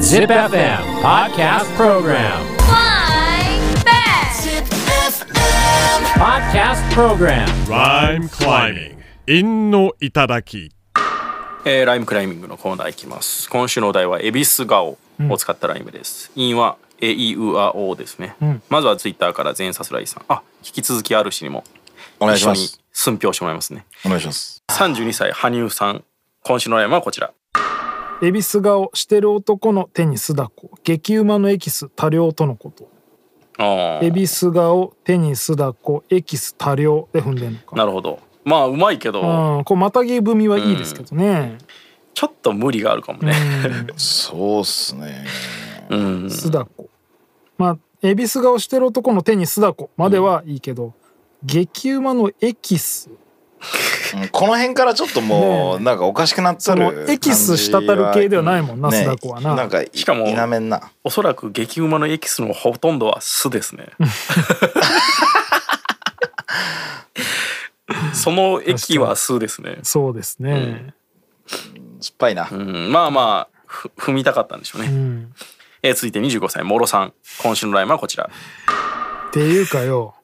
Zip FM Podcast Program. Flying back. Podcast Program. Rhyme climbing. 陰の頂き。えーライムクライミングのコーナーいきます今週のお題は「恵比寿顔」を使ったライムです、インは「えいうあお」ですね、まずはツイッターから全サスライさんあ引き続きあるしにもお願い一し緒まにす。寸評してもらいますねお願いします。 32歳羽生さん今週のライムはこちら恵比寿顔してる男の手に酢だこ激うまのエキス多量とのことあ恵比寿顔手に酢だこエキス多量で踏んでんのかなるほどまあうまいけどうんこうまたぎ踏みはいいですけどね、ちょっと無理があるかもねそうっすね。うん酢だこまあ恵比寿顔してる男の手に酢だこまではいいけど、激うまのエキスうんこの辺からちょっともう、なんかおかしくなっちゃそのる。エキス滴る系ではないもんな酢ねだこはななんか、しかも否めんな。おそらく激うまのエキスのほとんどは酢ですね その液は酢ですねそうですね、酸っぱいな。うん、まあまあふ踏みたかったんでしょうね、んえー続いて25歳もろさん今週のラインはこちらっていうかよ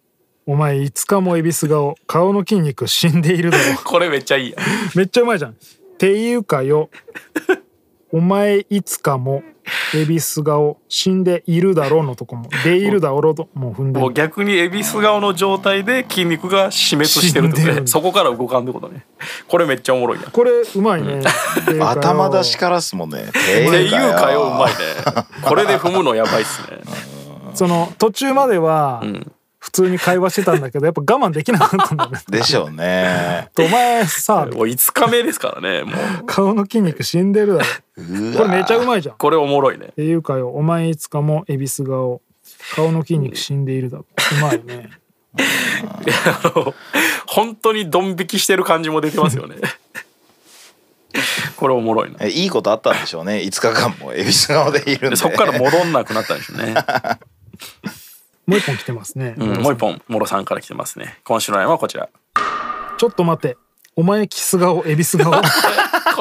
お前5日も恵比寿顔顔の筋肉死んでいるだろこれめっちゃいいやんめっちゃうまいじゃん。ていうかよ、お前いつかも、恵比寿顔、死んでいるだろうのとこも、でいるだろうと、もう踏んでもうる。逆に恵比寿顔の状態で筋肉が死滅してるって死んこでとるねそこから動かんってことねこれめっちゃおもろいやんっこれ、うまいね。ていうかよ頭出しからっすもんね。ってていうよかようまい ねこれで踏むのやばいっすねその、途中までは、普通に会話してたんだけど、やっぱ我慢できなかったんだ ね。でしょうね。お前もさ、う5日目ですからねもう顔の筋肉死んでるだ ろ。これめっちゃうまいじゃん。これおもろいね ていうかよ、お前いつかも、恵比寿顔、顔の筋肉死んでいるだろう。うまいね。あの本当にドン引きしてる感じも出てます よねこれおもろいなえいいことあったんでしょうね。5日間も恵比寿顔でいるんでで。そこから戻んなくなったんでしょうねもう一本来てますね。うん、もう一本、もろさんから来てますね。今週のラインはこちら。ちょっと待って。お前キス顔、恵比 寿顔。こ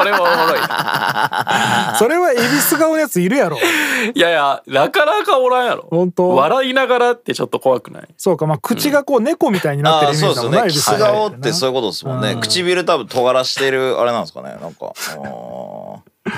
れはおもろいな。それは恵比寿顔のやついるやろ。 いやいや、なかなかおらんやろ。本当笑いながらってちょっと怖くない。そうか、まあ口がこう猫みたいになってああるイメそーうジですよだもんな、ね。キス顔ってそうう。いうことですもんうね。ん唇多分尖らしてるあれなんですかね。なんか。うん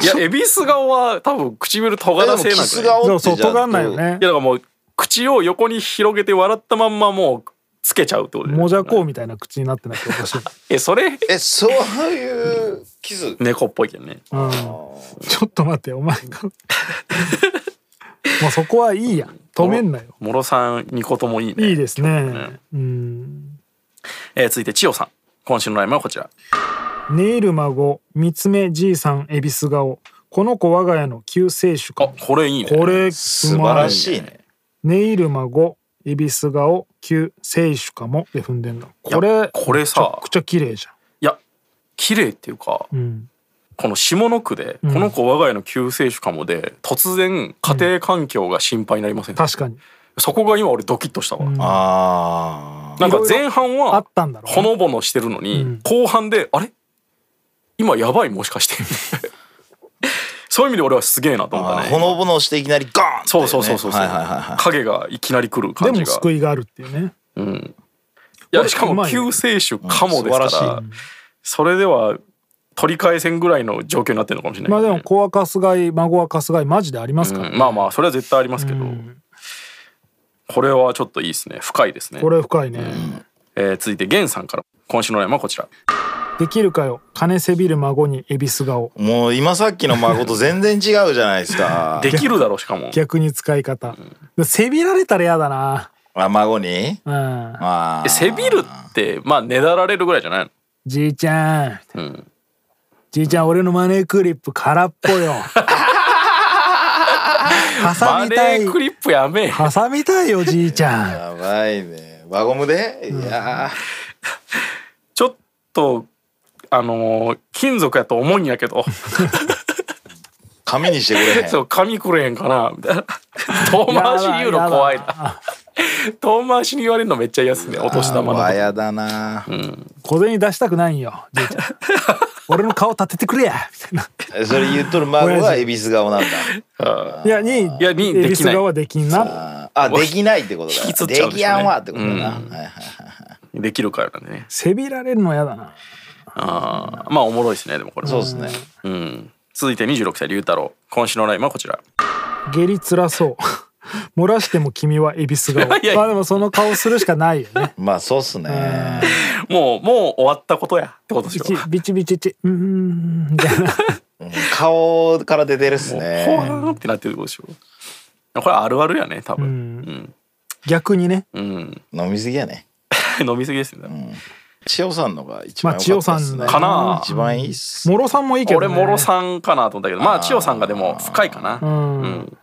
いや、恵比寿顔は多分唇尖でらもせなキくスない。い顔ってそう、じゃあ尖んないよねや、だ。からもう、口を横に広げて笑ったまんまもう、つけちゃうってことじゃないもじゃこうみたいな口になってないとおかしい。え、それ、えそういうキス猫っぽいけどね。うん。ちょっと待って、お前が。 まあそこはいいや。止めんなよ。もろさん、二個ともいいね。いいですね。うん。えー続いて、千代さん。今週のラインはこちら。ネイル孫、三つ目じいさん、恵比寿顔。この子我が家の救世主あか。、これいいね。これ、素晴らしいね。ネイル孫、恵比寿顔、旧聖主かもで踏んでんだ。いやこれ、これめちさゃく、ちゃ綺麗じいや、綺麗っていうか、ゃん。うん。この下の句で「この子我が家の救世主かもで」突然家庭環境が心配になりません、確かに。そこが今俺ドキッとしたわ、んああ。なんか前半あっはたんだろうほのぼのしてるのに、後半で「あれ今やばいもしかして」 そういう意味で俺はすげえなと思ったあねほのぼのしていきなりゴーンってねそうそうそうそうそう、はいはいはいはい影がいきなり来るで感じもが救いがあるっていうね。うん、いやしかうもまいね救世主かもうん素ですか晴ら,、らしそれでは取り返せんぐらいの状況になってるのかもしれない、まあでも、子は春日井、孫は春日井、マジでありますからうん。まあまあそれは絶対ありますけど、これはちょっといいですね深いですねこ、れ深いね。えー続いてゲンさんから今週のラインはこちらできるかよ。金せびる孫に恵比寿顔。もう今さっきの孫と全然違うじゃないですか「できるだろ」しかも逆に使い方。でせびられたら嫌だな。あ孫にうん。あえ背びるってまあねだられるぐらいじゃないのじいちゃん。んじいちゃん、俺のマネークリップ空っぽ よ。挟マみたネいー。クリップやめえ挟みたいよ、じいちゃん。やばいね輪ゴムでいやちょっとあのー金属やと思うんやけどー紙にしてくれへんそう紙くれへんかなみ たいな遠回しに言うの怖いな遠回しに言われるのめっちゃ嫌っすねお年玉のわやだな小銭出したくないんよ、じいちゃん。俺の顔立ててくれやみたいそれ言っとる孫が親父恵比寿顔なんだな。いやにいやに恵でき比寿ない側はできんな。ああできないってことだ引きつっちゃうんでですねきやんわってことだな、うんはいはいはいできるからなんでねせびられるのやだな。あーまあおもろいですねでもこれもそうですねうん、続いて26歳龍太郎今週のラインはこちら下痢つらそう。漏らしても君は恵比寿顔。まいやいやあでもその顔するしかないよ ね。まあそうっすねもうもう終わったことやってことでしビチょビチビチチ。うーんみたいな。うん顔から出てるっすもうねほわーってなってることでしょこれあるあるやね多分うん、逆にね。うん、飲みすぎやね 飲みすぎですね、千代さんのが一番良かったっすねまあ千代かさんのな一番いいっすもろさんもいいけど、ね。俺もろさんかなと思ったけどまあ千代さんがでも深いかなうん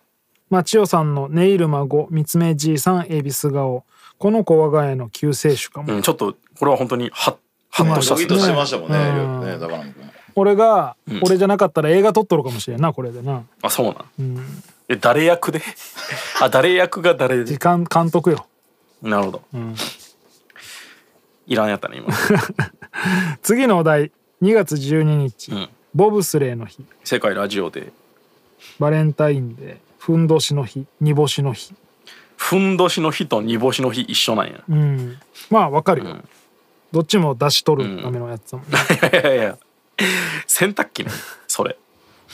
まあ、千代さんの「ネイル孫三つ目じいさん恵比寿顔」この子我が家の救世主かも、うん、ちょっとこれは本当にはっハッとしたっドすキねッとしてましたもんねうんね高野君俺が、俺じゃなかったら映画撮っとるかもしれんなこれでなあそうなん、え誰役で あ誰役が誰で時間監督よなるほど、いらんやったね今次のお題2月12日、んボブスレーの日世界ラジオでバレンタインデーふんどしの日煮干しの日ふんどしの日と煮干しの日一緒なんや、うんまあわかるよ、んどっちも出し取るためのやつだもんね、いやいやいや洗濯機ねそれ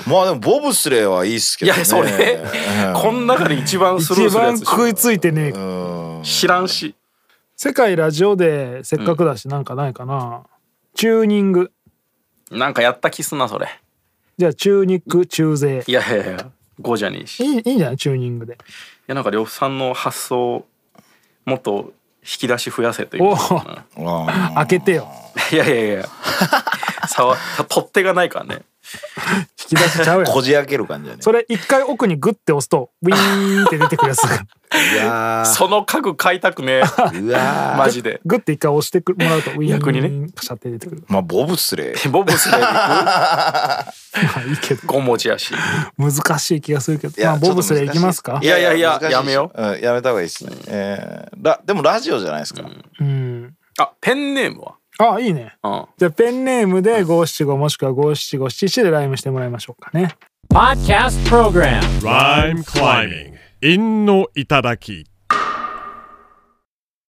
まあでもボブスレーはいいっすけいどやねそれ、こん中で一番スルー一するや番つでしょ食いついてねえ、知らんし世界ラジオでせっかくだしなんかないかな、チューニングなんかやった気すんなそれじゃあ中肉中背いやいやいやゴじゃねえしいいいいいんじゃないチューニングでやなんか呂布さんの発想もっと引き出し増やせというおおかあ開けてよいやいやいやさわ取っ手がないからね引き出しちゃうーやんこじ開ける感じやねそれ一回奥にグッて押すとウィーンって出てくるやつ いやその家具買いたくねーえうわーマジでグッて一回押してくもらうとウィーン逆にねカシャって出てくるまあボブスレーボブスレーま あいいけど5文字やし難しい気がするけいどやまあボブスレーいきますかちょっと難しいやいや難しやめよう、ん、やめた方がいいですね、えーらでもラジオじゃないですか、うんあペンネームあいいねは、じゃあペンネームで五七五もしくは五七五七七でライムしてもらいましょうかね Podcast Program Rhyme climbing. 韻の頂き。